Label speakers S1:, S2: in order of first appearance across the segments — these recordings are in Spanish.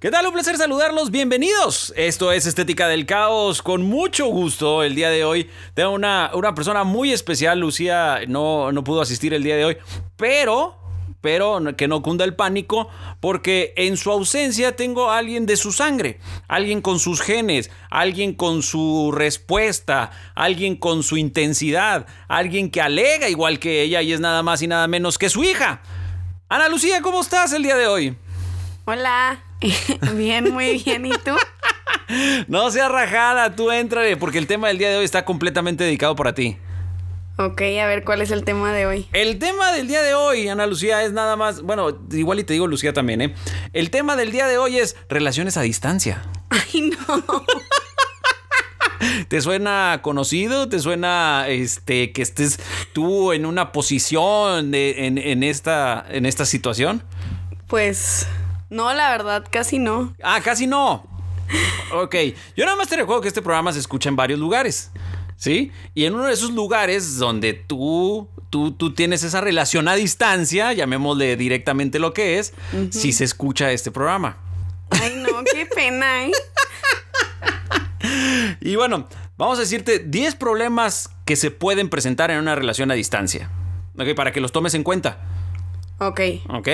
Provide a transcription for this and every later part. S1: ¿Qué tal? Un placer saludarlos, bienvenidos. Esto es Estética del Caos, con mucho gusto el día de hoy. Tengo una, una persona muy especial, Lucía no, no pudo asistir el día de hoy, pero, pero no- que no cunda el pánico, porque en su ausencia tengo a alguien de su sangre, alguien con sus genes, alguien con su respuesta, alguien con su intensidad, alguien que alega igual que ella y es nada más y nada menos que su hija. Ana Lucía, ¿cómo estás el día de hoy?
S2: Hola. bien, muy bien. ¿Y tú?
S1: No seas rajada, tú entrale, porque el tema del día de hoy está completamente dedicado para ti.
S2: Ok, a ver cuál es el tema de hoy.
S1: El tema del día de hoy, Ana Lucía, es nada más. Bueno, igual y te digo Lucía también, ¿eh? El tema del día de hoy es relaciones a distancia.
S2: Ay, no.
S1: ¿Te suena conocido? ¿Te suena este que estés tú en una posición de- en, en esta, en esta situación?
S2: Pues no, la verdad, casi no.
S1: Ah, casi no. Ok. Yo nada más te recuerdo que este programa se escucha en varios lugares. ¿Sí? Y en uno de esos lugares donde tú, tú, tú tienes esa relación a distancia, llamémosle directamente lo que es, sí se escucha este programa.
S2: Ay, no, qué pena, ¿eh?
S1: Y bueno, vamos a decirte 10 problemas que se pueden presentar en una relación a distancia. Ok, para que los tomes en cuenta.
S2: Ok.
S1: ¿Ok?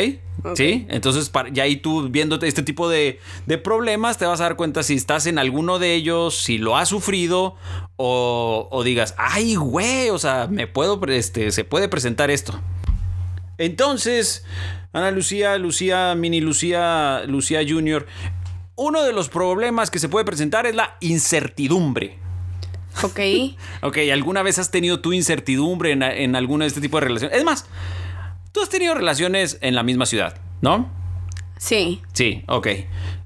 S2: Ok.
S1: Sí, entonces para, ya ahí tú viéndote este tipo de, de problemas te vas a dar cuenta si estás en alguno de ellos, si lo has sufrido o, o digas, ay güey, o sea, me puedo, pre- este, se puede presentar esto. Entonces, Ana Lucía, Lucía, Mini Lucía, Lucía Junior, uno de los problemas que se puede presentar es la incertidumbre.
S2: Ok.
S1: Ok, ¿alguna vez has tenido tu incertidumbre en, en alguna de este tipo de relaciones? Es más, tú has tenido relaciones en la misma ciudad, ¿no?
S2: Sí.
S1: Sí, ok.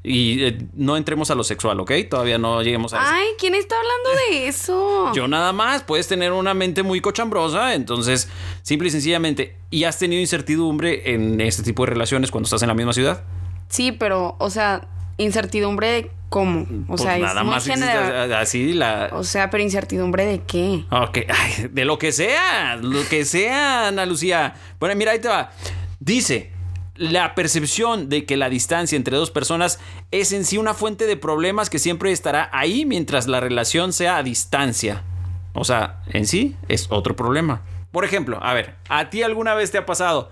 S1: Y eh, no entremos a lo sexual, ¿ok? Todavía no lleguemos a eso.
S2: Ay, ¿quién está hablando de eso?
S1: Yo nada más, puedes tener una mente muy cochambrosa, entonces, simple y sencillamente, ¿y has tenido incertidumbre en este tipo de relaciones cuando estás en la misma ciudad?
S2: Sí, pero, o sea, incertidumbre de cómo. O
S1: Pues
S2: sea,
S1: nada
S2: es muy
S1: más existe
S2: general.
S1: así la,
S2: O sea, pero incertidumbre de qué?
S1: Ok, ay, de lo que sea, lo que sea, Ana Lucía. Bueno, mira, ahí te va. Dice, la percepción de que la distancia entre dos personas es en sí una fuente de problemas que siempre estará ahí mientras la relación sea a distancia. O sea, en sí es otro problema. Por ejemplo, a ver, ¿a ti alguna vez te ha pasado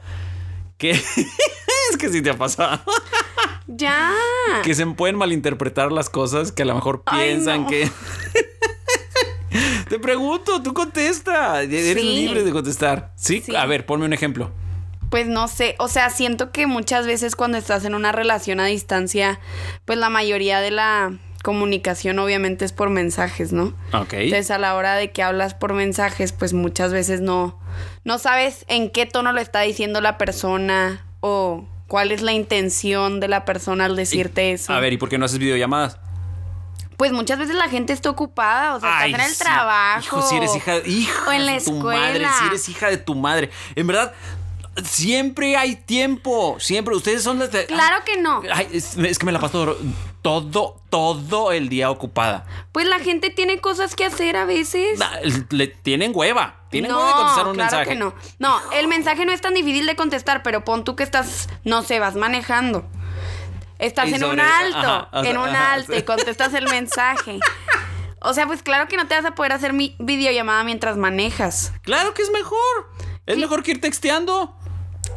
S1: que... es que sí te ha pasado.
S2: Ya.
S1: Que se pueden malinterpretar las cosas que a lo mejor
S2: Ay,
S1: piensan
S2: no.
S1: que. Te pregunto, tú contesta. Eres
S2: Sí.
S1: libre de contestar. ¿Sí?
S2: Sí.
S1: a ver, ponme un ejemplo.
S2: Pues no sé, o sea, siento que muchas veces cuando estás en una relación a distancia, pues la mayoría de la comunicación obviamente es por mensajes, ¿no?
S1: Ok.
S2: Entonces a la hora de que hablas por mensajes, pues muchas veces no, no sabes en qué tono lo está diciendo la persona o cuál es la intención de la persona al decirte eso.
S1: A ver, ¿y por qué no haces videollamadas?
S2: Pues muchas veces la gente está ocupada, o sea,
S1: Ay,
S2: está Pues en el
S1: sí.
S2: trabajo.
S1: Hijo, si eres hija, hija
S2: o en la
S1: de tu madre,
S2: escuela.
S1: si eres hija de tu madre. En verdad, siempre hay tiempo. Siempre. Ustedes son las. de-
S2: Claro que no.
S1: Ay, es, es que me la paso todo, todo el día ocupada.
S2: Pues la gente tiene cosas que hacer a veces.
S1: Na- Le tienen hueva. Tienen hueva de contestar un
S2: claro
S1: mensaje.
S2: que no. No, el mensaje no es tan difícil de contestar, pero pon tú que estás, no sé, vas manejando. Estás
S1: Y
S2: en
S1: sobre
S2: un
S1: eso,
S2: alto,
S1: ajá, o sea,
S2: en un
S1: ajá,
S2: alto
S1: sí.
S2: y contestas el mensaje. O sea, pues claro que no te vas a poder hacer mi videollamada mientras manejas.
S1: Claro que es mejor. Es
S2: Sí.
S1: mejor que ir texteando.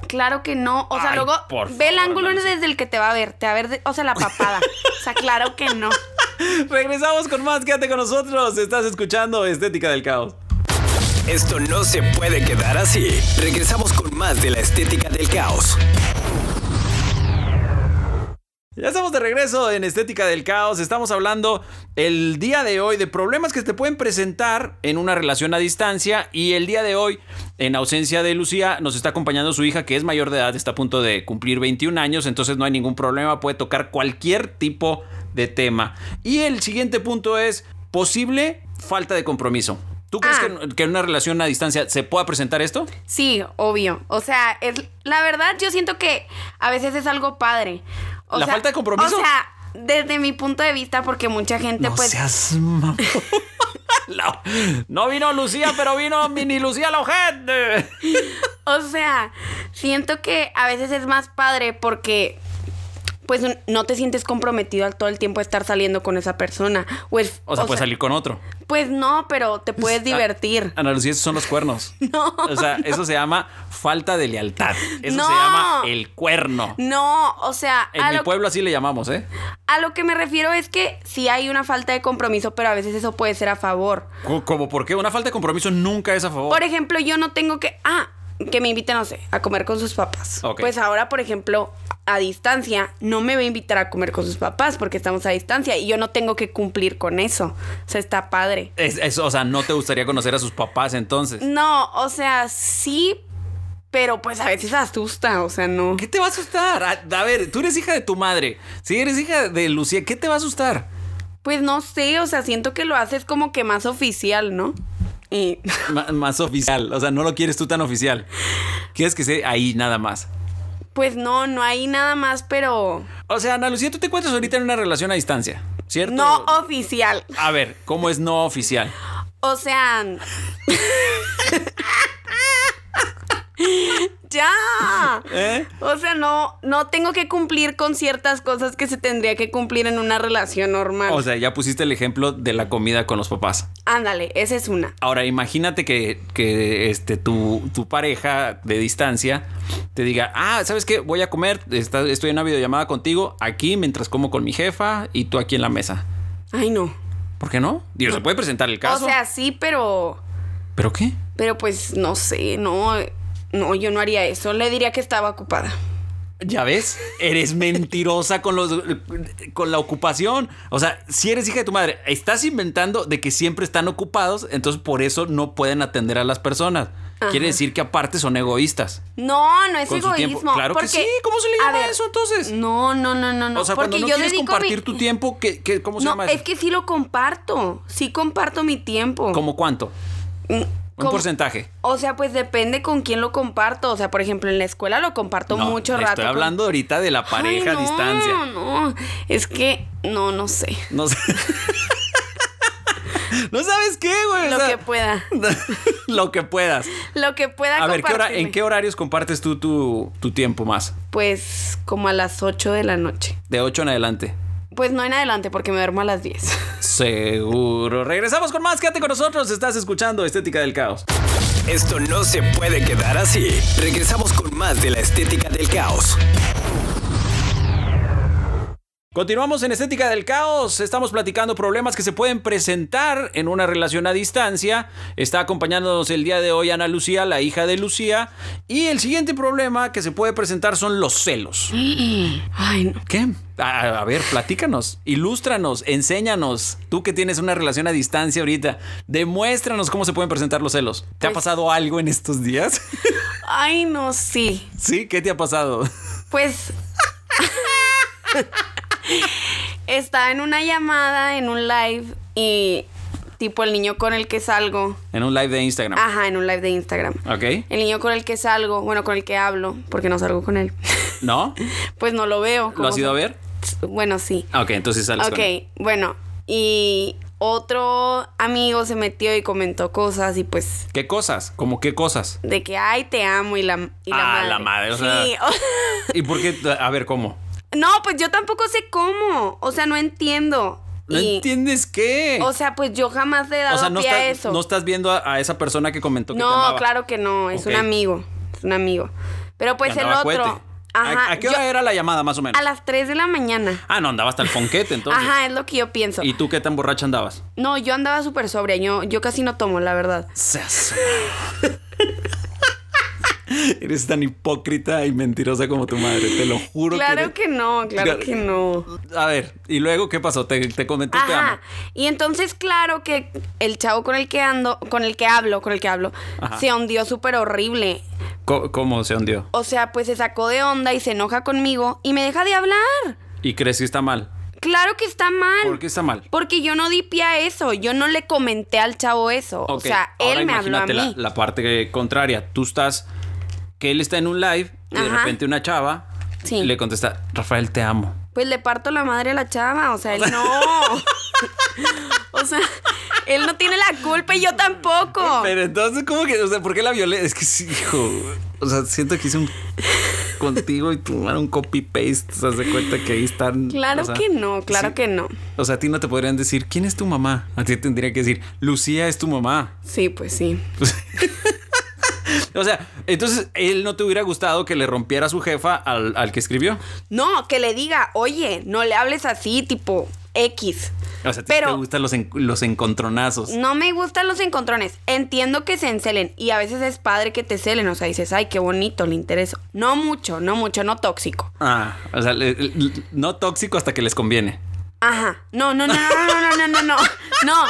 S2: Claro que no. O sea,
S1: Ay,
S2: luego
S1: por
S2: ve el
S1: favor,
S2: ángulo
S1: Ana Lucía.
S2: desde el que te va a ver. Te va a ver, de- o sea, la papada. O sea, claro que no.
S1: Regresamos con más. Quédate con nosotros. Estás escuchando Estética del Caos.
S3: Esto no se puede quedar así. Regresamos con más de la estética del caos.
S1: Ya estamos de regreso en Estética del Caos. Estamos hablando el día de hoy de problemas que te pueden presentar en una relación a distancia. Y el día de hoy, en ausencia de Lucía, nos está acompañando su hija que es mayor de edad, está a punto de cumplir 21 años. Entonces no hay ningún problema, puede tocar cualquier tipo de tema. Y el siguiente punto es posible falta de compromiso. ¿Tú crees
S2: Ah.
S1: que en- que en una relación a distancia se pueda presentar esto?
S2: Sí, obvio. O sea, es, la verdad yo siento que a veces es algo padre. O
S1: ¿La
S2: sea-
S1: falta de compromiso?
S2: O sea, desde mi punto de vista, porque mucha gente pues...
S1: seas mamón. La- No vino Lucía, pero vino mini Lucía la gente.
S2: O sea, siento que a veces es más padre porque pues no te sientes comprometido al todo el tiempo a estar saliendo con esa persona. O, es-
S1: O sea,
S2: o
S1: puedes
S2: sea,
S1: salir con otro. Ah,
S2: Pues no, pero te puedes divertir.
S1: Ana Lucía, esos son los cuernos. No. O sea, eso se llama falta de lealtad. Eso
S2: No.
S1: se llama el cuerno.
S2: No, o sea,
S1: En
S2: a
S1: mi
S2: lo,
S1: pueblo así le llamamos, ¿eh?
S2: a lo que me refiero es que sí hay una falta de compromiso, pero a veces eso puede ser a favor.
S1: Co- Como porque una falta de compromiso nunca es a favor.
S2: Por ejemplo, yo no tengo que. Ah, que me invite, no sé, a comer con sus papás.
S1: Ok.
S2: Pues ahora, por ejemplo, a distancia, no me va a invitar a comer con sus papás porque estamos a distancia y yo no tengo que cumplir con eso. O sea, está padre.
S1: Es- es- o sea, no te gustaría conocer a sus papás entonces.
S2: No, o sea, sí, pero pues a veces asusta, o sea, no.
S1: ¿Qué te va a asustar? A, a ver, tú eres hija de tu madre. Si eres hija de Lucía, ¿qué te va a asustar?
S2: Pues no sé, o sea, siento que lo haces como que más oficial, ¿no? Y.
S1: Ma- más oficial. O sea, no lo quieres tú tan oficial. Quieres que sea ahí nada más.
S2: Pues no, no hay nada más, pero.
S1: O sea, Ana Lucía, tú te encuentras ahorita en una relación a distancia, ¿cierto?
S2: No oficial.
S1: A ver, ¿cómo es no oficial?
S2: O sea. ya.
S1: ¿Eh?
S2: O sea, no, no tengo que cumplir con ciertas cosas que se tendría que cumplir en una relación normal.
S1: O sea, ya pusiste el ejemplo de la comida con los papás.
S2: Ándale, esa es una.
S1: Ahora, imagínate que, que, este, tu, tu pareja de distancia te diga, ah, ¿sabes qué? Voy a comer, está- estoy en una videollamada contigo aquí mientras como con mi jefa y tú aquí en la mesa.
S2: Ay, no.
S1: ¿Por qué no? Dios, se puede presentar el caso.
S2: O sea, sí, pero.
S1: ¿Pero qué?
S2: Pero pues no sé, no. No, yo no haría eso. Le diría que estaba ocupada.
S1: Ya ves, eres mentirosa con los con la ocupación. O sea, si eres hija de tu madre, estás inventando de que siempre están ocupados, entonces por eso no pueden atender a las personas. Quiere decir que aparte son egoístas.
S2: No, no es
S1: Con su tiempo.
S2: egoísmo.
S1: Claro que
S2: porque-
S1: sí, ¿cómo se le
S2: a
S1: llama eso, entonces?
S2: No, no, no, no, no.
S1: o sea,
S2: porque
S1: cuando no
S2: yo
S1: quieres
S2: dedico mi-
S1: compartir tu tiempo, ¿qué, qué- cómo se
S2: no,
S1: llama eso?
S2: es que sí lo comparto. Sí comparto mi tiempo.
S1: ¿Cómo cuánto?
S2: Mm,
S1: Un
S2: com-
S1: porcentaje.
S2: O sea, pues depende con quién lo comparto. O sea, por ejemplo, en la escuela lo comparto
S1: No,
S2: mucho
S1: estoy
S2: rato. con-
S1: hablando ahorita de la
S2: Ay,
S1: pareja
S2: no,
S1: a distancia.
S2: No, es que no, no sé.
S1: No sé. no sabes qué, güey. o
S2: Lo
S1: sea,
S2: que pueda.
S1: lo que puedas.
S2: Lo que pueda
S1: A ver, ¿qué hora-
S2: compartirme.
S1: ¿en qué horarios compartes tú tu, tu tiempo más?
S2: Pues como a las 8 de la noche.
S1: De 8 en adelante.
S2: Pues no en adelante porque me duermo a las 10.
S1: Seguro. Regresamos con más. Quédate con nosotros. Estás escuchando Estética del Caos.
S3: Esto no se puede quedar así. Regresamos con más de la estética del caos.
S1: Continuamos en Estética del Caos. Estamos platicando problemas que se pueden presentar en una relación a distancia. Está acompañándonos el día de hoy Ana Lucía, la hija de Lucía. Y el siguiente problema que se puede presentar son los celos.
S2: Ay, no.
S1: ¿Qué? A, a ver, platícanos, ilústranos, enséñanos. Tú que tienes una relación a distancia ahorita, demuéstranos cómo se pueden presentar los celos. ¿Te ha
S2: Pues-
S1: pasado algo en estos días?
S2: Ay, no, sí.
S1: sí, ¿qué te ha pasado?
S2: Pues. Estaba en una llamada, en un live, y tipo el niño con el que salgo.
S1: En un live de Instagram.
S2: Ajá, en un live de Instagram.
S1: ¿Ok?
S2: El niño con el que salgo, bueno, con el que hablo, porque no salgo con él.
S1: ¿No?
S2: pues no lo veo.
S1: ¿Lo
S2: como-
S1: has ido a ver?
S2: Bueno, sí.
S1: Ah, Ok, entonces sales
S2: Ok,
S1: con él.
S2: bueno. Y otro amigo se metió y comentó cosas y pues
S1: ¿Qué cosas? ¿Cómo qué cosas?
S2: de que, ay, te amo y la, y
S1: Ah, la madre, o sea-
S2: Sí,
S1: ¿Y por qué? A ver, ¿cómo?
S2: No, pues yo tampoco sé cómo. O sea, no entiendo.
S1: ¿No
S2: Y-
S1: entiendes qué?
S2: O sea, pues yo jamás le he dado
S1: O sea, no,
S2: pie a
S1: estás-
S2: eso.
S1: no estás viendo a, a esa persona que comentó que te
S2: No,
S1: amaba.
S2: claro que no. Es
S1: Ok.
S2: un amigo. Es un amigo. Pero pues
S1: Que
S2: el
S1: andaba
S2: otro.
S1: cohete.
S2: Ajá.
S1: ¿A, a qué
S2: yo-
S1: hora era la llamada, más o menos?
S2: a las 3 de la mañana.
S1: Ah, no, andaba hasta el fonquete, entonces.
S2: Ajá, es lo que yo pienso.
S1: ¿Y tú qué tan borracha andabas?
S2: No, yo andaba súper sobria. Yo, yo casi no tomo, la verdad.
S1: Eres tan hipócrita y mentirosa como tu madre, te lo juro.
S2: Claro que,
S1: eres-
S2: no, claro
S1: Claro.
S2: que no.
S1: A ver, ¿y luego qué pasó? Te, te comenté, te amo.
S2: Ajá. Y entonces, claro que el chavo con el que ando, con el que hablo, con el que hablo,
S1: Ajá.
S2: se hundió súper horrible.
S1: Co- ¿Cómo se hundió?
S2: O sea, pues se sacó de onda y se enoja conmigo y me deja de hablar.
S1: ¿Y crees que está mal?
S2: Claro que está mal.
S1: ¿Por qué está mal?
S2: Porque yo no di pie a eso. Yo no le comenté al chavo eso.
S1: Ok,
S2: o sea,
S1: ahora
S2: él me habló a
S1: imagínate
S2: mí.
S1: la- La, parte contraria. Tú estás. Que él está en un live y de
S2: Ajá.
S1: repente una chava
S2: Sí.
S1: le contesta: Rafael, te amo.
S2: Pues le parto la madre a la chava. O sea, él no. o sea, él no tiene la culpa y yo tampoco.
S1: Pero entonces, ¿cómo que? O sea, ¿por qué la violé? Es que sí, hijo. O sea, siento que hice un. Contigo y tomar un copy paste. O sea, se cuenta que ahí están.
S2: Claro
S1: o sea,
S2: que no, claro
S1: sí.
S2: que no.
S1: O sea, a ti no te podrían decir, ¿quién es tu mamá? A ti te tendría que decir, Lucía es tu mamá.
S2: Sí, pues sí.
S1: O sea, entonces, él no te hubiera gustado que le rompiera su jefa al, al que escribió.
S2: No, que le diga, oye, no le hables así, tipo X.
S1: O sea, a ti te
S2: Pero
S1: gustan los, en- los encontronazos.
S2: no me gustan los encontrones. Entiendo que se encelen y a veces es padre que te celen. O sea, dices, ay, qué bonito, le intereso. No mucho, no mucho, no tóxico.
S1: Ah, o sea, le- le- no tóxico hasta que les conviene.
S2: Ajá. No, no, no, no, no, no, no, no, no. No.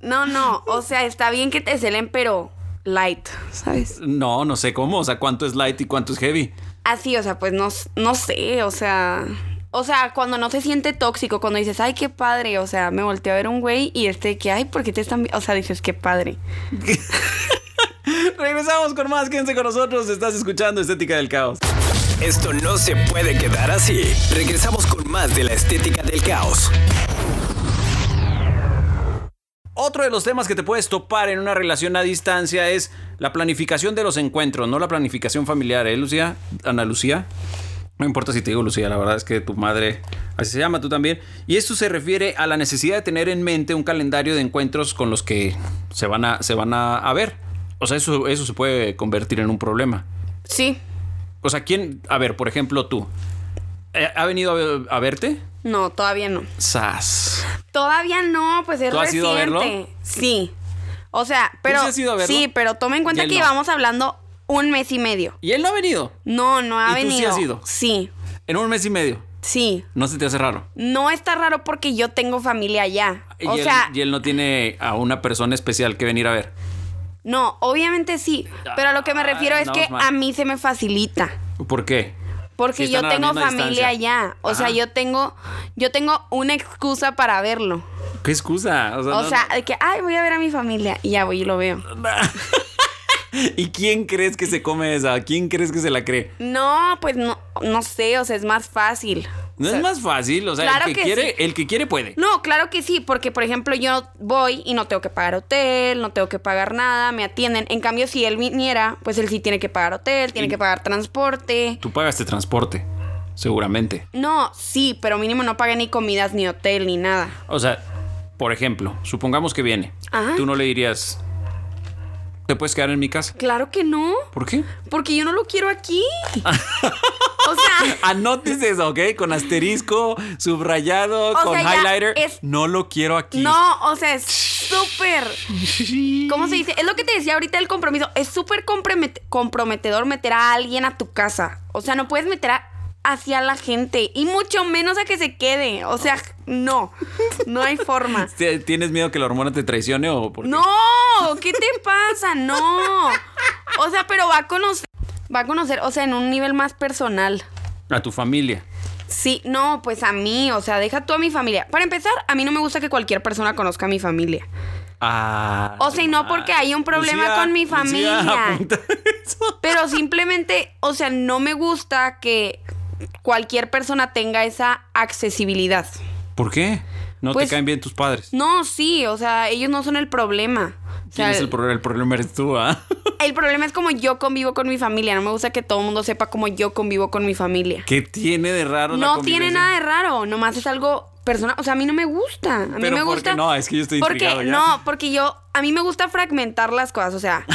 S2: No, no. O sea, está bien que te celen, pero light, ¿sabes?
S1: No, no sé cómo. O sea, cuánto es light y cuánto es heavy.
S2: Así, o sea, pues no, no sé, o sea. O sea, cuando no se siente tóxico, cuando dices, ay, qué padre, o sea, me volteé a ver un güey y este que, ay, ¿por qué te están.? vi-?" O sea, dices, qué padre.
S1: Regresamos con más. Quédense con nosotros. Estás escuchando Estética del Caos.
S3: Esto no se puede quedar así. Regresamos con más de la estética del caos.
S1: Otro de los temas que te puedes topar en una relación a distancia es la planificación de los encuentros, no la planificación familiar, ¿eh, Lucía? Ana Lucía. No importa si te digo Lucía, la verdad es que tu madre así se llama, tú también. Y esto se refiere a la necesidad de tener en mente un calendario de encuentros con los que se van a, se van a, a ver. O sea, eso, eso se puede convertir en un problema.
S2: Sí.
S1: O sea, ¿quién? A ver, por ejemplo, tú. ¿Eh, ¿Ha venido a- a verte?
S2: No, todavía no.
S1: Sas.
S2: Todavía no, pues es
S1: ¿Tú has
S2: reciente.
S1: ido a verlo?
S2: Sí. O sea, pero.
S1: sí has ido a verlo?
S2: Sí, pero toma en cuenta
S1: Y él
S2: que
S1: no.
S2: llevamos hablando un mes y medio.
S1: Y él no ha venido.
S2: No, no ha
S1: ¿Y tú sí
S2: venido.
S1: has ido?
S2: Sí,
S1: En un mes y medio.
S2: sí.
S1: No se te hace raro.
S2: No está raro porque yo tengo familia allá.
S1: Y,
S2: O
S1: él,
S2: sea,
S1: y él no tiene a una persona especial que venir a ver.
S2: No, obviamente sí, pero a lo que me refiero
S1: Ah,
S2: es
S1: no,
S2: que
S1: mal.
S2: a mí se me facilita.
S1: ¿Por qué?
S2: Porque
S1: Sí,
S2: yo
S1: están a la
S2: tengo
S1: misma distancia.
S2: familia allá. O sea,
S1: Ajá.
S2: yo tengo, yo tengo una excusa para verlo.
S1: ¿Qué excusa? O sea,
S2: o
S1: no-
S2: sea, de que ay voy a ver a mi familia. Y ya voy y lo veo.
S1: ¿y quién crees que se come esa? ¿Quién crees que se la cree?
S2: No, pues no, no sé, o sea, es más fácil.
S1: No
S2: O sea,
S1: es más fácil, o sea,
S2: claro
S1: el que,
S2: que
S1: quiere,
S2: sí.
S1: el que quiere puede.
S2: No, claro que sí, porque por ejemplo yo voy y no tengo que pagar hotel, no tengo que pagar nada, me atienden. En cambio, si él viniera, pues él sí tiene que pagar hotel, tiene que pagar transporte.
S1: Tú pagaste transporte, seguramente.
S2: No, sí, pero mínimo no pagué ni comidas, ni hotel, ni nada.
S1: O sea, por ejemplo, supongamos que viene.
S2: Ajá.
S1: Tú no le dirías, ¿te puedes quedar en mi casa?
S2: Claro que no,
S1: ¿Por qué?
S2: porque yo no lo quiero aquí. o sea,
S1: Anotes eso, ¿ok? Con asterisco, subrayado,
S2: O
S1: con
S2: sea, ya
S1: highlighter.
S2: es-
S1: No lo quiero aquí.
S2: no, o sea, es súper. ¿Cómo se dice? Es lo que te decía ahorita del compromiso. Es súper compromet- comprometedor meter a alguien a tu casa. O sea, no puedes meter a hacia la gente y mucho menos a que se quede. O sea, no, no hay forma.
S1: ¿Te- ¿Tienes miedo que la hormona te traicione o por qué?
S2: No, ¿qué te pasa? No. O sea, pero va a conocer, va a conocer, o sea, en un nivel más personal.
S1: A tu familia.
S2: Sí, no, pues a mí, o sea, deja tú a mi familia. Para empezar, a mí no me gusta que cualquier persona conozca a mi familia.
S1: Ah.
S2: O sea, y no
S1: ma-
S2: porque hay un problema
S1: Lucía,
S2: con mi
S1: Lucía,
S2: familia.
S1: apunta eso.
S2: Pero simplemente, o sea, no me gusta que cualquier persona tenga esa accesibilidad.
S1: ¿Por qué? No
S2: Pues-
S1: te caen bien tus padres.
S2: No, sí, o sea, ellos no son el problema. O sea,
S1: ¿Quién es el problema? El problema eres tú, ¿ah?
S2: el problema es como yo convivo con mi familia. No me gusta que todo el mundo sepa cómo yo convivo con mi familia.
S1: ¿Qué tiene de raro la
S2: No tiene
S1: convivencia?
S2: nada de raro, nomás es algo personal. O sea, a mí no me gusta. A mí
S1: Pero
S2: me
S1: ¿por
S2: gusta.
S1: qué no? Es que yo estoy
S2: Porque,
S1: intrigado ya.
S2: no, porque yo. A mí me gusta fragmentar las cosas, o sea.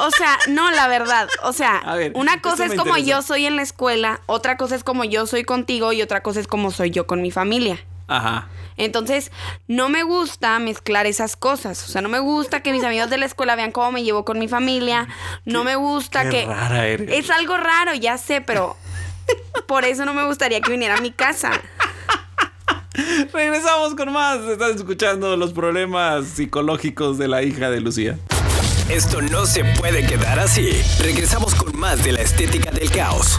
S2: O sea, no, la verdad. O sea,
S1: A ver,
S2: una
S1: esto
S2: cosa es
S1: me
S2: como
S1: interesa.
S2: yo soy en la escuela, otra cosa es como yo soy contigo y otra cosa es como soy yo con mi familia.
S1: Ajá.
S2: Entonces, no me gusta mezclar esas cosas. O sea, no me gusta que mis amigos de la escuela vean cómo me llevo con mi familia. No me gusta
S1: qué
S2: que.
S1: rara eres.
S2: Es algo raro, ya sé, pero por eso no me gustaría que viniera a mi casa.
S1: Regresamos con más. Estás escuchando los problemas psicológicos de la hija de Lucía.
S3: Esto no se puede quedar así. Regresamos con más de la estética del caos.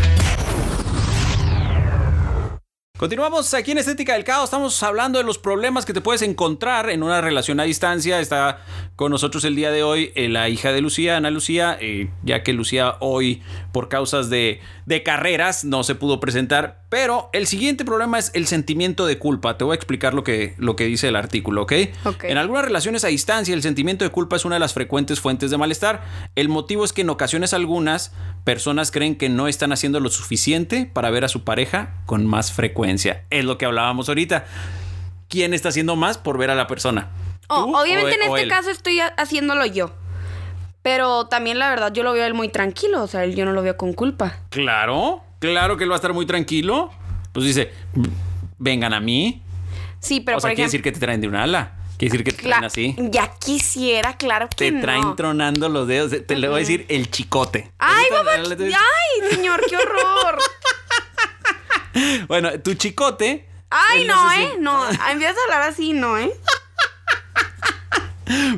S1: Continuamos aquí en Estética del Caos. Estamos hablando de los problemas que te puedes encontrar en una relación a distancia. Está con nosotros el día de hoy eh, la hija de Lucía, Ana Lucía, eh, ya que Lucía hoy, por causas de, de carreras, no se pudo presentar. Pero el siguiente problema es el sentimiento de culpa. Te voy a explicar lo que, lo que dice el artículo, ¿ok?
S2: Ok.
S1: En algunas relaciones a distancia, el sentimiento de culpa es una de las frecuentes fuentes de malestar. El motivo es que en ocasiones algunas personas creen que no están haciendo lo suficiente para ver a su pareja con más frecuencia. Es lo que hablábamos ahorita. ¿Quién está haciendo más por ver a la persona?
S2: O-
S1: ¿Tú
S2: obviamente
S1: o- e-
S2: en
S1: o
S2: este
S1: él?
S2: caso estoy ha- haciéndolo yo. Pero también la verdad yo lo veo a él muy tranquilo, o sea, él yo no lo veo con culpa.
S1: Claro, claro que él va a estar muy tranquilo. Pues dice, vengan a mí.
S2: Sí,
S1: o
S2: pero
S1: sea,
S2: por
S1: quiere
S2: ejemplo,
S1: decir que te traen de un ala. Quiere decir que te
S2: cla-
S1: traen así.
S2: ya quisiera, claro que
S1: Te
S2: no.
S1: traen tronando los dedos. Te le voy a decir el chicote.
S2: Ay,
S1: Ahorita-
S2: papá,
S1: ahorita-
S2: ay, señor, qué horror.
S1: Bueno, tu chicote.
S2: Ay,
S1: eh,
S2: no,
S1: sé si-
S2: eh, no, empiezas a hablar así, no, eh.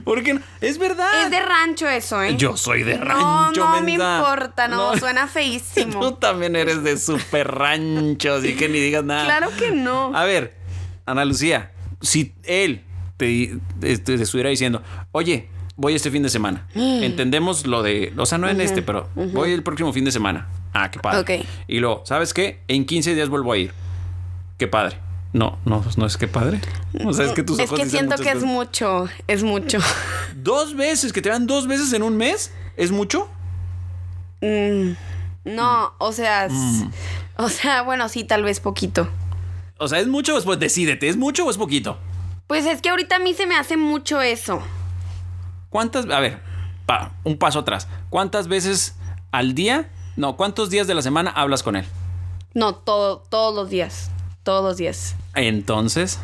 S1: ¿Por qué no? Es verdad.
S2: Es de rancho eso, eh.
S1: Ah. Yo soy de
S2: No,
S1: rancho,
S2: No, me
S1: mensa.
S2: importa, no,
S1: No.
S2: suena feísimo.
S1: Tú también eres de super rancho, así que ni digas nada.
S2: Claro que no.
S1: A ver, Ana Lucía, si él te, di- te- te estuviera diciendo, oye, voy este fin de semana.
S2: Mm.
S1: Entendemos lo de, o sea, no en este, pero voy el próximo fin de semana. Ah, qué padre.
S2: Ok.
S1: Y luego, ¿sabes qué? En 15 días vuelvo a ir. Qué padre. No, no, pues, no es que padre. O sea, es que tus
S2: es
S1: ojos
S2: que
S1: dicen
S2: siento
S1: muchas
S2: que es
S1: cosas.
S2: mucho, es mucho.
S1: Dos veces, que te dan dos veces en un mes, ¿es mucho?
S2: Mm, no, o sea, s-
S1: Mm.
S2: o sea, bueno, sí, tal vez poquito.
S1: O sea, ¿es mucho o es po- Decídete, ¿es mucho o es poquito?
S2: Pues es que ahorita a mí se me hace mucho eso.
S1: ¿Cuántas, a ver, pa- un paso atrás, ¿cuántas veces al día, no, cuántos días de la semana hablas con él?
S2: No, todo, todos los días, todos los días.
S1: Entonces,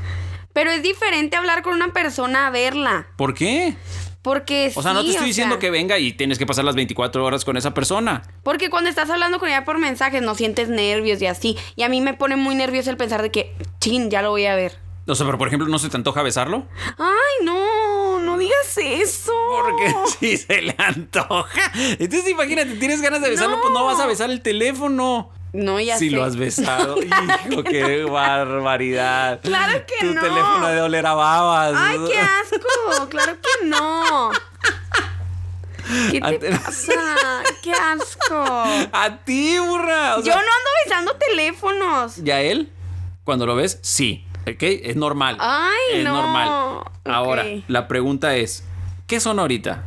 S2: Pero es diferente hablar con una persona a verla,
S1: ¿por qué?
S2: porque
S1: O sea, no
S2: sí,
S1: te estoy
S2: o
S1: diciendo
S2: sea,
S1: que venga y tienes que pasar las 24 horas con esa persona.
S2: Porque cuando estás hablando con ella por mensajes no sientes nervios y así. Y a mí me pone muy nervioso el pensar de que, chin, ya lo voy a ver.
S1: O sea, pero por ejemplo, ¿no se te antoja besarlo?
S2: Ay, no, no digas eso.
S1: Porque si se le antoja. Entonces, imagínate, tienes ganas de besarlo, pues no
S2: No.
S1: vas a besar el teléfono.
S2: No, ya
S1: si
S2: sé.
S1: lo has besado. Hijo, qué barbaridad.
S2: Claro que
S1: tu
S2: no.
S1: teléfono de oler a babas.
S2: Ay, qué asco. Claro que no. ¿Qué te
S1: Ante-
S2: pasa? Qué asco.
S1: A ti, burra. O
S2: Yo
S1: sea,
S2: no ando besando teléfonos.
S1: ¿Y a él? Cuando lo ves, sí. ¿Ok? Es normal.
S2: Ay,
S1: es
S2: no.
S1: normal. Ahora,
S2: Ok.
S1: la pregunta es: ¿qué son ahorita?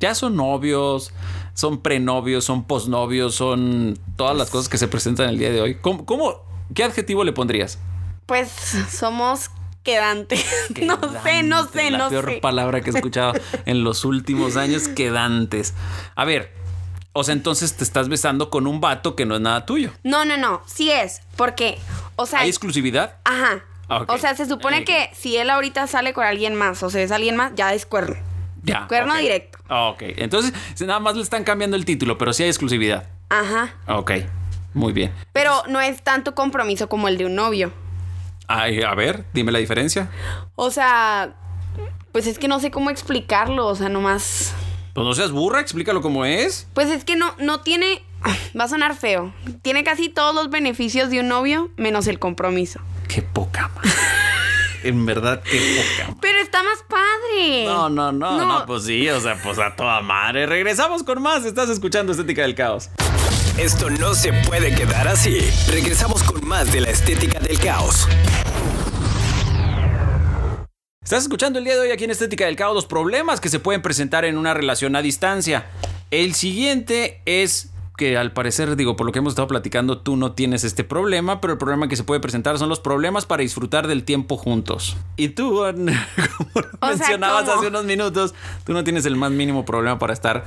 S1: ¿Ya son novios? ¿Son prenovios? ¿Son posnovios? ¿Son todas
S2: Pues
S1: las cosas que se presentan el día de hoy? ¿Cómo, cómo- qué adjetivo le pondrías?
S2: Pues somos quedantes. no sé, no sé,
S1: este, La
S2: no
S1: peor
S2: sé.
S1: palabra que he escuchado en los últimos años, quedantes. A ver, o sea, entonces te estás besando con un vato que no es nada tuyo.
S2: No, no, no. Sí es. Porque, o sea,
S1: ¿Hay exclusividad?
S2: ajá.
S1: Ah, ok.
S2: O sea, se supone
S1: Ok.
S2: que si él ahorita sale con alguien más o se besa a alguien más, ya es cuerno.
S1: Ya.
S2: Cuerno
S1: ok. Ah,
S2: directo.
S1: Ok. Entonces, nada más le están cambiando el título, pero sí hay exclusividad.
S2: Ajá.
S1: Ok. Muy bien.
S2: Pero no es tanto compromiso como el de un novio.
S1: Ay, a ver, dime la diferencia.
S2: O sea, pues es que no sé cómo explicarlo, o sea, nomás...
S1: Pues no seas burra, explícalo como es.
S2: Pues es que no, no tiene... Va a sonar feo. Tiene casi todos los beneficios de un novio, menos el compromiso.
S1: Qué poca madre. en verdad, qué poca madre.
S2: Pero está más padre.
S1: No, no, no, no, pues sí, o sea, pues a toda madre. Regresamos con más. Estás escuchando Estética del Caos.
S3: Esto no se puede quedar así. Regresamos con más de la estética del caos.
S1: Estás escuchando el día de hoy aquí en Estética del Caos los problemas que se pueden presentar en una relación a distancia. El siguiente es que al parecer, digo, por lo que hemos estado platicando, tú no tienes este problema, pero el problema que se puede presentar son los problemas para disfrutar del tiempo juntos. Y tú, Ana, como lo
S2: O sea,
S1: mencionabas
S2: ¿cómo?
S1: hace unos minutos, tú no tienes el más mínimo problema para estar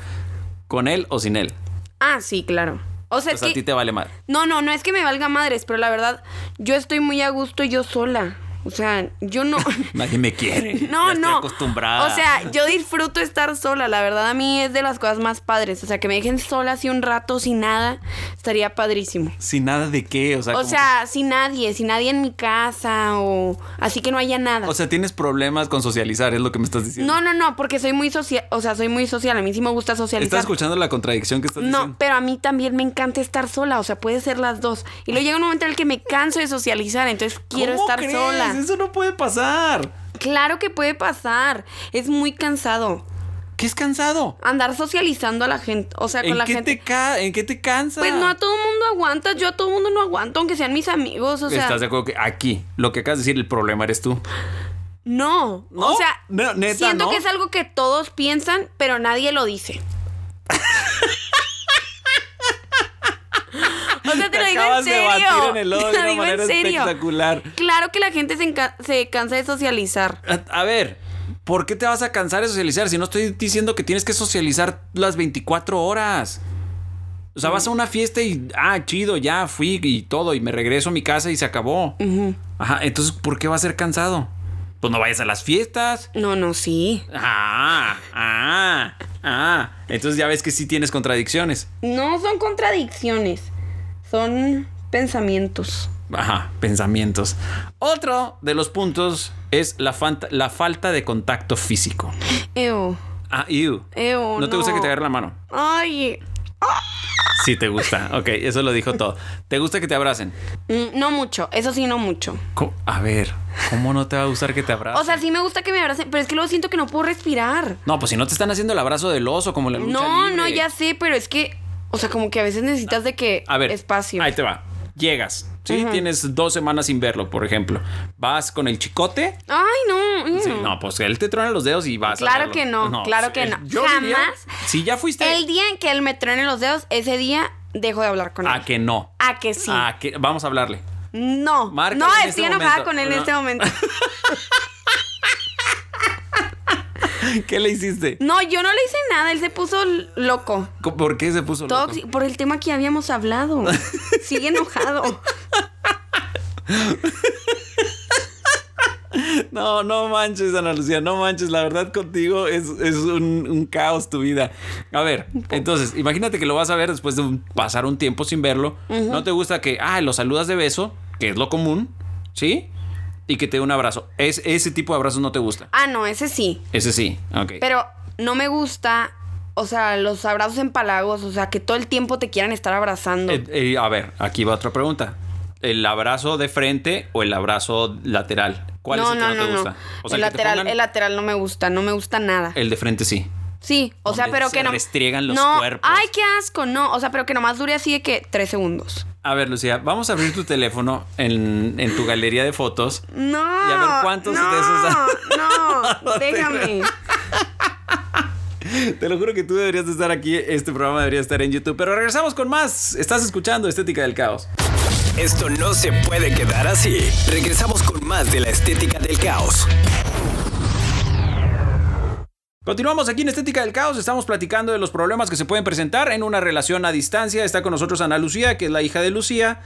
S1: con él o sin él.
S2: Ah, sí, claro.
S1: O
S2: O sea, es
S1: sea, Pues a ti
S2: que...
S1: te vale mal.
S2: No, no, no es que me valga madres, pero la verdad, yo estoy muy a gusto yo sola. O sea, yo no.
S1: Nadie me quiere.
S2: No,
S1: Ya estoy
S2: no.
S1: acostumbrada.
S2: O sea, yo disfruto estar sola. La verdad, a mí es de las cosas más padres. O sea, que me dejen sola así un rato sin nada, estaría padrísimo.
S1: Sin nada de qué, o sea.
S2: O
S1: como
S2: sea, sin nadie, sin nadie en mi casa o así que no haya
S1: que-
S2: nada.
S1: o sea, tienes problemas con socializar, es lo que me estás diciendo.
S2: no, no, no, porque soy muy social, o sea, soy muy social. A mí sí me gusta
S1: ¿Estás
S2: socializar.
S1: escuchando la contradicción que estás
S2: No,
S1: diciendo?
S2: pero a mí también me encanta estar sola, o sea, puede ser las dos. Y luego llega un momento en el que me canso de socializar, entonces quiero
S1: ¿Cómo
S2: estar
S1: crees?
S2: sola.
S1: Eso no puede pasar.
S2: Claro que puede pasar, es muy cansado
S1: ¿Qué es cansado?
S2: andar socializando a la gente, o sea, con
S1: ¿En
S2: la
S1: qué,
S2: gente.
S1: te ca- ¿En qué te cansa?
S2: Pues no a todo mundo aguanta, yo a todo mundo no aguanto, aunque sean mis amigos, o sea,
S1: ¿Estás de acuerdo que aquí, lo que acabas de decir, el problema eres tú?
S2: no,
S1: ¿No?
S2: o sea,
S1: No, neta,
S2: siento
S1: ¿no?
S2: que es algo que todos piensan, pero nadie lo dice. O sea, te, lo digo en
S1: acabas
S2: serio.
S1: de batir en el lodo
S2: te
S1: de
S2: lo
S1: una
S2: digo
S1: manera
S2: en serio.
S1: espectacular.
S2: Claro que la gente se, enca- se cansa de socializar.
S1: A, a ver, ¿por qué te vas a cansar de socializar si no estoy diciendo que tienes que socializar las 24 horas? O sea, vas a una fiesta y, ah, chido, ya fui y todo, y me regreso a mi casa y se acabó. Ajá, entonces, ¿por qué va a ser cansado? Pues no vayas a las fiestas.
S2: No, no, sí.
S1: Ah, ah, ah. Entonces ya ves que sí tienes contradicciones.
S2: No son contradicciones, son pensamientos.
S1: Ajá, pensamientos. Otro de los puntos es la, fanta- la falta de contacto físico.
S2: Ew,
S1: Ah, ew.
S2: ew. Eh, No,
S1: no te gusta que te agarre la mano.
S2: Ay,
S1: Sí, te gusta. Ok, eso lo dijo todo. ¿Te gusta que te abracen?
S2: mm, no mucho, eso sí, no mucho.
S1: Co- A ver, ¿cómo no te va a gustar que te abracen?
S2: O sea, sí me gusta que me abracen, pero es que luego siento que no puedo respirar.
S1: no, pues si no te están haciendo el abrazo del oso como en la lucha
S2: No,
S1: libre.
S2: no, ya sé, pero es que, o sea, como que a veces necesitas de que
S1: A ver,
S2: espacio.
S1: Ahí te va. Llegas, ¿sí? Tienes dos semanas sin verlo, por ejemplo. Vas con el chicote.
S2: Ay, no. mm.
S1: Sí, no, pues él te truena los dedos y vas. a
S2: Claro
S1: verlo.
S2: que no, claro que
S1: eh,
S2: no.
S1: yo diría,
S2: Jamás.
S1: si ya fuiste.
S2: El día en que él me truene los dedos, ese día dejo de hablar con él.
S1: A que no.
S2: A que sí.
S1: A que vamos a hablarle.
S2: No.
S1: Márcale
S2: no,
S1: en este
S2: estoy enojada
S1: momento.
S2: con él en
S1: No.
S2: este momento.
S1: ¿Qué le hiciste?
S2: No, yo no le hice nada, él se puso l- loco.
S1: Co- ¿Por qué se puso loco?
S2: Tóxico, por el tema que habíamos hablado. Sigue enojado.
S1: No, no manches, Ana Lucía, no manches. La verdad, contigo es, es un, un caos tu vida. A ver, entonces, imagínate que lo vas a ver después de un- pasar un tiempo sin verlo. No te gusta que, ah, lo saludas de beso, que es lo común, ¿sí? Y que te dé un abrazo. Es, ese tipo de abrazos no te gusta.
S2: Ah, no, ese sí.
S1: Ese sí, ok.
S2: Pero no me gusta, o sea, los abrazos empalagos, o sea, que todo el tiempo te quieran estar abrazando.
S1: Eh, eh, a ver, aquí va otra pregunta. ¿El abrazo de frente o el abrazo lateral? ¿Cuál es el que no, te gusta? O sea,
S2: el
S1: que te
S2: lateral,
S1: pongan-
S2: el lateral no me gusta, no me gusta nada.
S1: el de frente sí.
S2: sí, o sea,
S1: donde
S2: pero
S1: se
S2: que no.
S1: restriegan los
S2: no,
S1: cuerpos.
S2: Ay, qué asco, no. O sea, pero que nomás dure así de que tres segundos.
S1: A ver, Lucía, vamos a abrir tu teléfono en, en tu galería de fotos.
S2: No.
S1: Y a ver cuántos
S2: no,
S1: de esos-
S2: No,
S1: No te
S2: déjame.
S1: Te lo juro que tú deberías de estar aquí. Este programa debería estar en YouTube. Pero regresamos con más. Estás escuchando Estética del Caos.
S3: Esto no se puede quedar así. Regresamos con más de la estética del caos.
S1: Continuamos aquí en Estética del Caos. Estamos platicando de los problemas que se pueden presentar en una relación a distancia. Está con nosotros Ana Lucía, que es la hija de Lucía,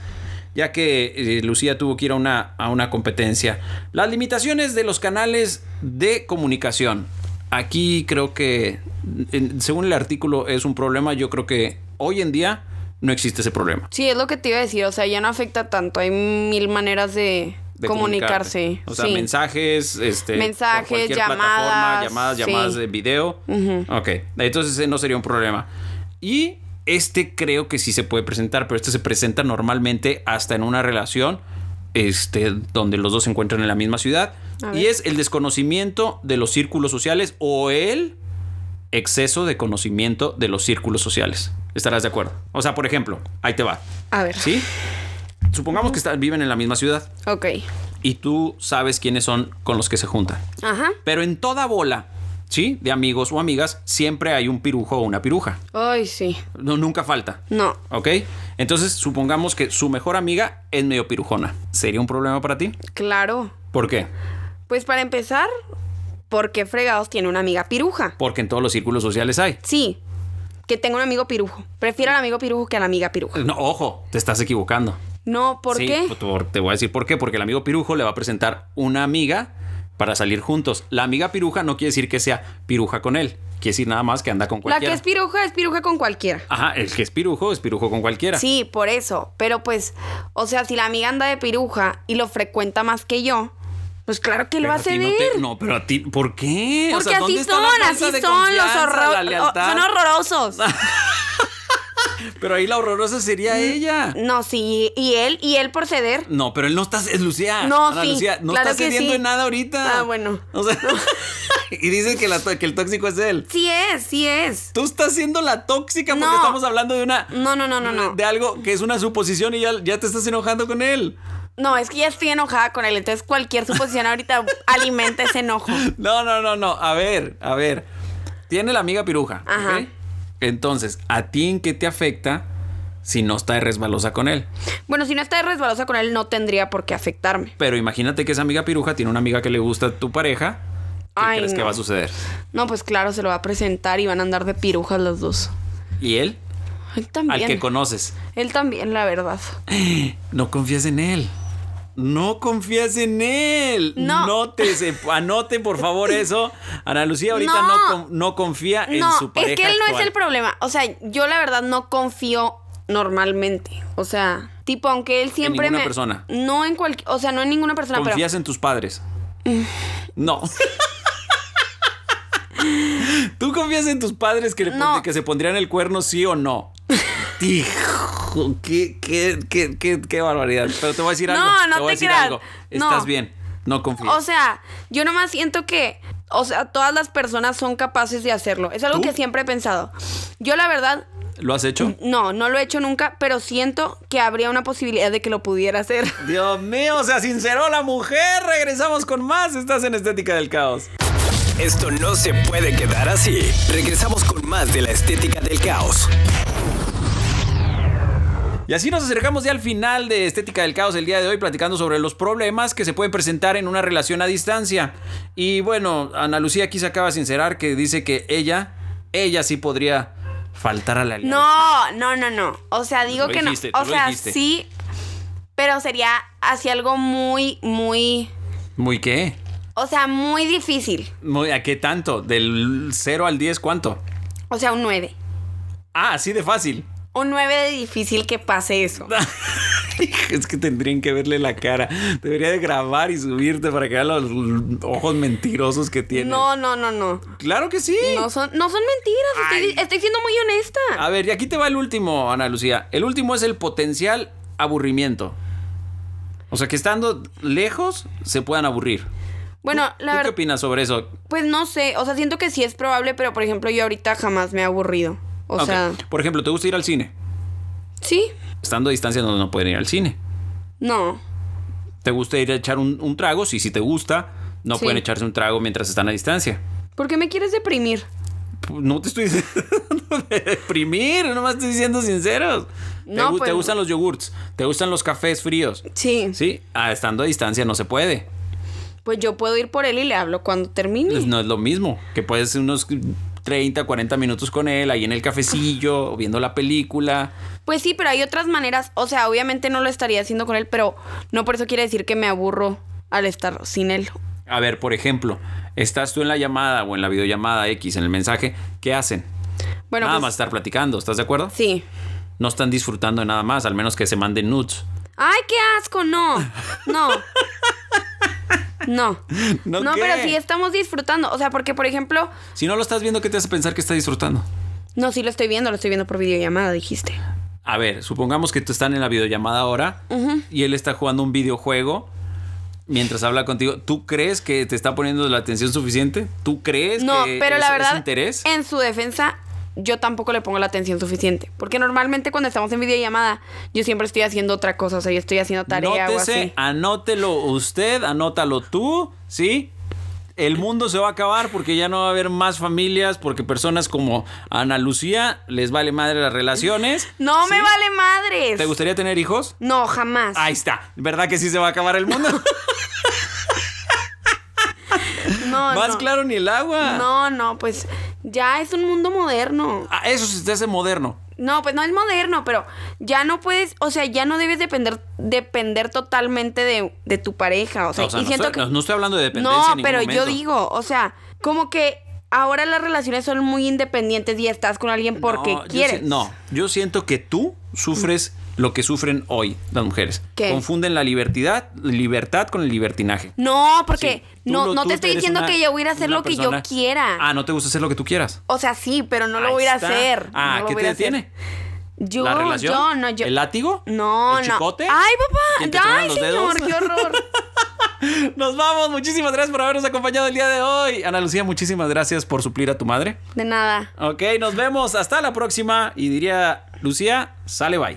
S1: ya que eh, Lucía tuvo que ir a una, a una competencia. Las limitaciones de los canales de comunicación. Aquí creo que, en- según el artículo, es un problema. Yo creo que hoy en día no existe ese problema.
S2: Sí, es lo que te iba a decir. O sea, ya no afecta tanto. Hay mil maneras de,
S1: de
S2: comunicarse.
S1: comunicarte. O sea,
S2: sí.
S1: mensajes, este, por
S2: Mensajes,
S1: cualquier
S2: llamadas,
S1: plataforma, llamadas,
S2: sí.
S1: llamadas de video. Ok, entonces ese no sería un problema. Y este creo que sí se puede presentar, pero este se presenta normalmente hasta en una relación este, donde los dos se encuentran en la misma ciudad.
S2: A
S1: Y
S2: ver.
S1: es el desconocimiento de los círculos sociales o el exceso de conocimiento de los círculos sociales. ¿Estarás de acuerdo? O sea, por ejemplo, ahí te va.
S2: A ver.
S1: ¿Sí? Supongamos que están- viven en la misma ciudad
S2: Ok.
S1: y tú sabes quiénes son con los que se juntan.
S2: Ajá.
S1: Pero en toda bola, ¿sí? De amigos o amigas, siempre hay un pirujo o una piruja.
S2: Ay, sí.
S1: No, nunca falta.
S2: No.
S1: ¿Ok? Entonces, supongamos que su mejor amiga es medio pirujona. ¿Sería un problema para ti?
S2: Claro.
S1: ¿Por qué?
S2: Pues para empezar, ¿por qué fregados tiene una amiga piruja?
S1: Porque en todos los círculos sociales hay.
S2: Sí, que tengo un amigo pirujo. Prefiero al amigo pirujo que a la amiga piruja.
S1: No, ojo, te estás equivocando.
S2: No, ¿por
S1: Sí, pues
S2: qué?
S1: por- te voy a decir por qué. Porque el amigo pirujo le va a presentar una amiga para salir juntos. La amiga piruja no quiere decir que sea piruja con él. Quiere decir nada más que anda con
S2: La que
S1: cualquiera.
S2: es piruja es piruja con cualquiera.
S1: Ajá, el que es pirujo es pirujo con cualquiera.
S2: Sí, por eso. Pero pues, o sea, si la amiga anda de piruja y lo frecuenta más que yo, pues claro que él
S1: Pero
S2: va a
S1: a ti
S2: ceder.
S1: No, te- no, pero a ti, ¿por qué? O
S2: Porque
S1: sea, ¿dónde
S2: así
S1: está
S2: son,
S1: la falta
S2: así
S1: de
S2: son los
S1: confianza, la
S2: horrorosos.
S1: lealtad?
S2: Son horrorosos.
S1: Pero ahí la horrorosa
S2: Mm.
S1: sería ella.
S2: No, sí, y él, y él por ceder.
S1: No, pero él no está. Es Lucía.
S2: No,
S1: Ana
S2: sí,
S1: Lucía, no
S2: claro
S1: está
S2: que
S1: cediendo
S2: sí.
S1: en nada ahorita.
S2: Ah, bueno.
S1: O sea, y dices que, la to- que el tóxico es él.
S2: Sí es, sí es.
S1: Tú estás siendo la tóxica porque
S2: No.
S1: estamos hablando de una.
S2: No, no, no, no, no.
S1: De algo que es una suposición y ya, ya te estás enojando con él.
S2: No, es que ya estoy enojada con él, entonces cualquier suposición ahorita alimenta ese enojo.
S1: No, no, no, no. A ver, a ver. Tiene la amiga piruja.
S2: Ajá.
S1: ¿ok? Entonces, ¿a ti en qué te afecta si no está de resbalosa con él?
S2: Bueno, si no está resbalosa con él, no tendría por qué afectarme.
S1: Pero imagínate que esa amiga piruja tiene una amiga que le gusta a tu pareja. ¿Qué
S2: Ay,
S1: crees que
S2: no.
S1: va a suceder?
S2: No, pues claro, se lo va a presentar y van a andar de pirujas los dos.
S1: ¿Y él?
S2: Él
S1: Al que
S2: también.
S1: conoces.
S2: Él también, la verdad.
S1: No confías en él. No confías en él.
S2: No.
S1: te anoten por favor eso. Ana Lucía ahorita no,
S2: No.
S1: con- no confía en
S2: No,
S1: su pareja.
S2: es que él no es
S1: actual.
S2: el problema. O sea, yo la verdad no confío normalmente. O sea, tipo, aunque él siempre
S1: ninguna
S2: me.
S1: persona.
S2: No en cualquier. O sea, no en ninguna persona,
S1: Confías en tus padres. No. ¿Tú confías en tus padres que, le pon-
S2: No.
S1: que se pondrían el cuerno sí o no? Hijo, qué, qué, qué, qué, qué barbaridad. Pero te voy a decir
S2: No,
S1: algo.
S2: no
S1: voy a
S2: te
S1: decir
S2: creas.
S1: algo.
S2: No.
S1: Estás bien. No confías.
S2: pero. O sea, yo nomás siento que. O sea, todas las personas son capaces de hacerlo. Es algo
S1: ¿Tú?
S2: que siempre he pensado. Yo la verdad.
S1: ¿Lo has hecho?
S2: No, no lo he hecho nunca, pero siento que habría una posibilidad de que lo pudiera hacer.
S1: Dios mío, se sinceró la mujer. Regresamos con más. Estás en Estética del Caos.
S3: Esto no se puede quedar así. Regresamos con más de la estética del caos.
S1: Y así nos acercamos ya al final de Estética del Caos el día de hoy, platicando sobre los problemas que se pueden presentar en una relación a distancia. Y bueno, Ana Lucía aquí se acaba de sincerar que dice que ella, ella sí podría faltar a la alianza.
S2: No, no, no, no. O sea, digo
S1: Lo
S2: que
S1: dijiste, tú
S2: no. O
S1: lo
S2: sea,
S1: dijiste.
S2: sí, pero sería hacia algo muy, muy.
S1: ¿Muy qué?
S2: O sea, muy difícil.
S1: Muy, ¿A qué tanto? ¿Del 0 al 10 cuánto?
S2: O sea, un 9.
S1: Ah, así de fácil.
S2: Un 9 de difícil que pase eso.
S1: Es que tendrían que verle la cara. Debería de grabar y subirte para que vean los ojos mentirosos que tiene.
S2: No, no, no, no.
S1: Claro que sí.
S2: No son, no son mentiras.
S1: Ay. Ah,
S2: Estoy, estoy siendo muy honesta.
S1: A ver, y aquí te va el último, Ana Lucía. El último es el potencial aburrimiento. O sea, que estando lejos se puedan aburrir.
S2: Bueno,
S1: ¿Tú
S2: la
S1: qué
S2: verdad,
S1: opinas sobre eso?
S2: pues no sé. O sea, siento que sí es probable, pero por ejemplo, yo ahorita jamás me he aburrido. O
S1: Ok.
S2: sea,
S1: Por ejemplo, ¿te gusta ir al cine?
S2: sí,
S1: Estando a distancia no, no pueden ir al cine.
S2: no.
S1: ¿Te gusta ir a echar un, un trago? Sí, si te gusta, no
S2: Sí.
S1: pueden echarse un trago mientras están a distancia.
S2: ¿Por qué me quieres deprimir?
S1: No te estoy diciendo de deprimir, nomás estoy diciendo sinceros. te,
S2: No,
S1: gu-
S2: pues-
S1: te gustan los yogurts, te gustan los cafés fríos.
S2: Sí.
S1: Sí, ah, estando a distancia no se puede.
S2: Pues yo puedo ir por él y le hablo cuando termine.
S1: Pues no es lo mismo, que puedes unos 30, 40 minutos con él ahí en el cafecillo, o viendo la película.
S2: Pues sí, pero hay otras maneras. O sea, obviamente no lo estaría haciendo con él, pero no por eso quiere decir que me aburro al estar sin él.
S1: A ver, por ejemplo, estás tú en la llamada o en la videollamada X, en el mensaje, ¿qué hacen?
S2: Bueno,
S1: nada
S2: pues,
S1: más estar platicando, ¿estás de acuerdo?
S2: Sí.
S1: No están disfrutando de nada más, al menos que se manden nudes.
S2: ¡Ay, qué asco! No, no. No.
S1: ¿No
S2: no,
S1: qué?
S2: pero sí estamos disfrutando. O sea, porque, por ejemplo,
S1: Si no lo estás viendo, ¿qué te hace pensar que está disfrutando?
S2: no, sí lo estoy viendo, lo estoy viendo por videollamada, dijiste.
S1: A ver, supongamos que tú están en la videollamada ahora y él está jugando un videojuego mientras habla contigo. ¿Tú crees que te está poniendo la atención suficiente? ¿Tú crees
S2: No,
S1: que
S2: pero
S1: es-
S2: la
S1: es
S2: verdad,
S1: interés?
S2: en su defensa, yo tampoco le pongo la atención suficiente. Porque normalmente cuando estamos en videollamada, yo siempre estoy haciendo otra cosa. O sea, yo estoy haciendo tarea o
S1: Nótese,
S2: así.
S1: anótelo usted, anótalo tú, ¿sí? El mundo se va a acabar porque ya no va a haber más familias, porque personas como Ana Lucía les vale madre las relaciones.
S2: No
S1: ¿sí?
S2: me vale madres.
S1: ¿Te gustaría tener hijos?
S2: No, jamás.
S1: Ahí está. ¿Verdad que sí se va a acabar el mundo?
S2: no,
S1: más
S2: no.
S1: claro ni el agua.
S2: No, no, pues ya es un mundo moderno.
S1: Ah, Eso sí te hace moderno.
S2: No, pues no es moderno, pero ya no puedes, o sea, ya no debes depender, depender totalmente de, de tu pareja. O sea,
S1: No, o sea,
S2: y
S1: no
S2: siento
S1: estoy-
S2: que.
S1: no- no estoy hablando de dependencia en
S2: No,
S1: ningún
S2: pero yo
S1: momento.
S2: digo, o sea, como que ahora las relaciones son muy independientes y estás con alguien porque
S1: No, yo
S2: quieres.
S1: si- no, yo siento que tú sufres lo que sufren hoy las mujeres.
S2: ¿Qué?
S1: Confunden la libertad, libertad con el libertinaje.
S2: No, porque
S1: Sí, tú
S2: no,
S1: lo-
S2: no
S1: tú
S2: te estoy
S1: eres
S2: diciendo
S1: una-
S2: que yo voy a ir a hacer
S1: una
S2: lo que
S1: persona-
S2: yo quiera.
S1: Ah, no te gusta hacer lo que tú quieras.
S2: O sea, sí, pero no lo
S1: Ahí
S2: voy a ir a
S1: está.
S2: hacer.
S1: Ah,
S2: no lo
S1: ¿qué
S2: voy
S1: te
S2: a ir a hacer.
S1: detiene?
S2: Yo,
S1: ¿La relación?
S2: yo, no, yo.
S1: ¿El látigo?
S2: No,
S1: ¿El
S2: no.
S1: chicote?
S2: Ay,
S1: ¿Quién te
S2: papá.
S1: truena
S2: Ay,
S1: los dedos?
S2: señor, qué horror.
S1: Nos vamos. Muchísimas gracias por habernos acompañado el día de hoy. Ana Lucía, muchísimas gracias por suplir a tu madre.
S2: De nada.
S1: Ok, nos vemos. Hasta la próxima. Y diría, Lucía, sale bye.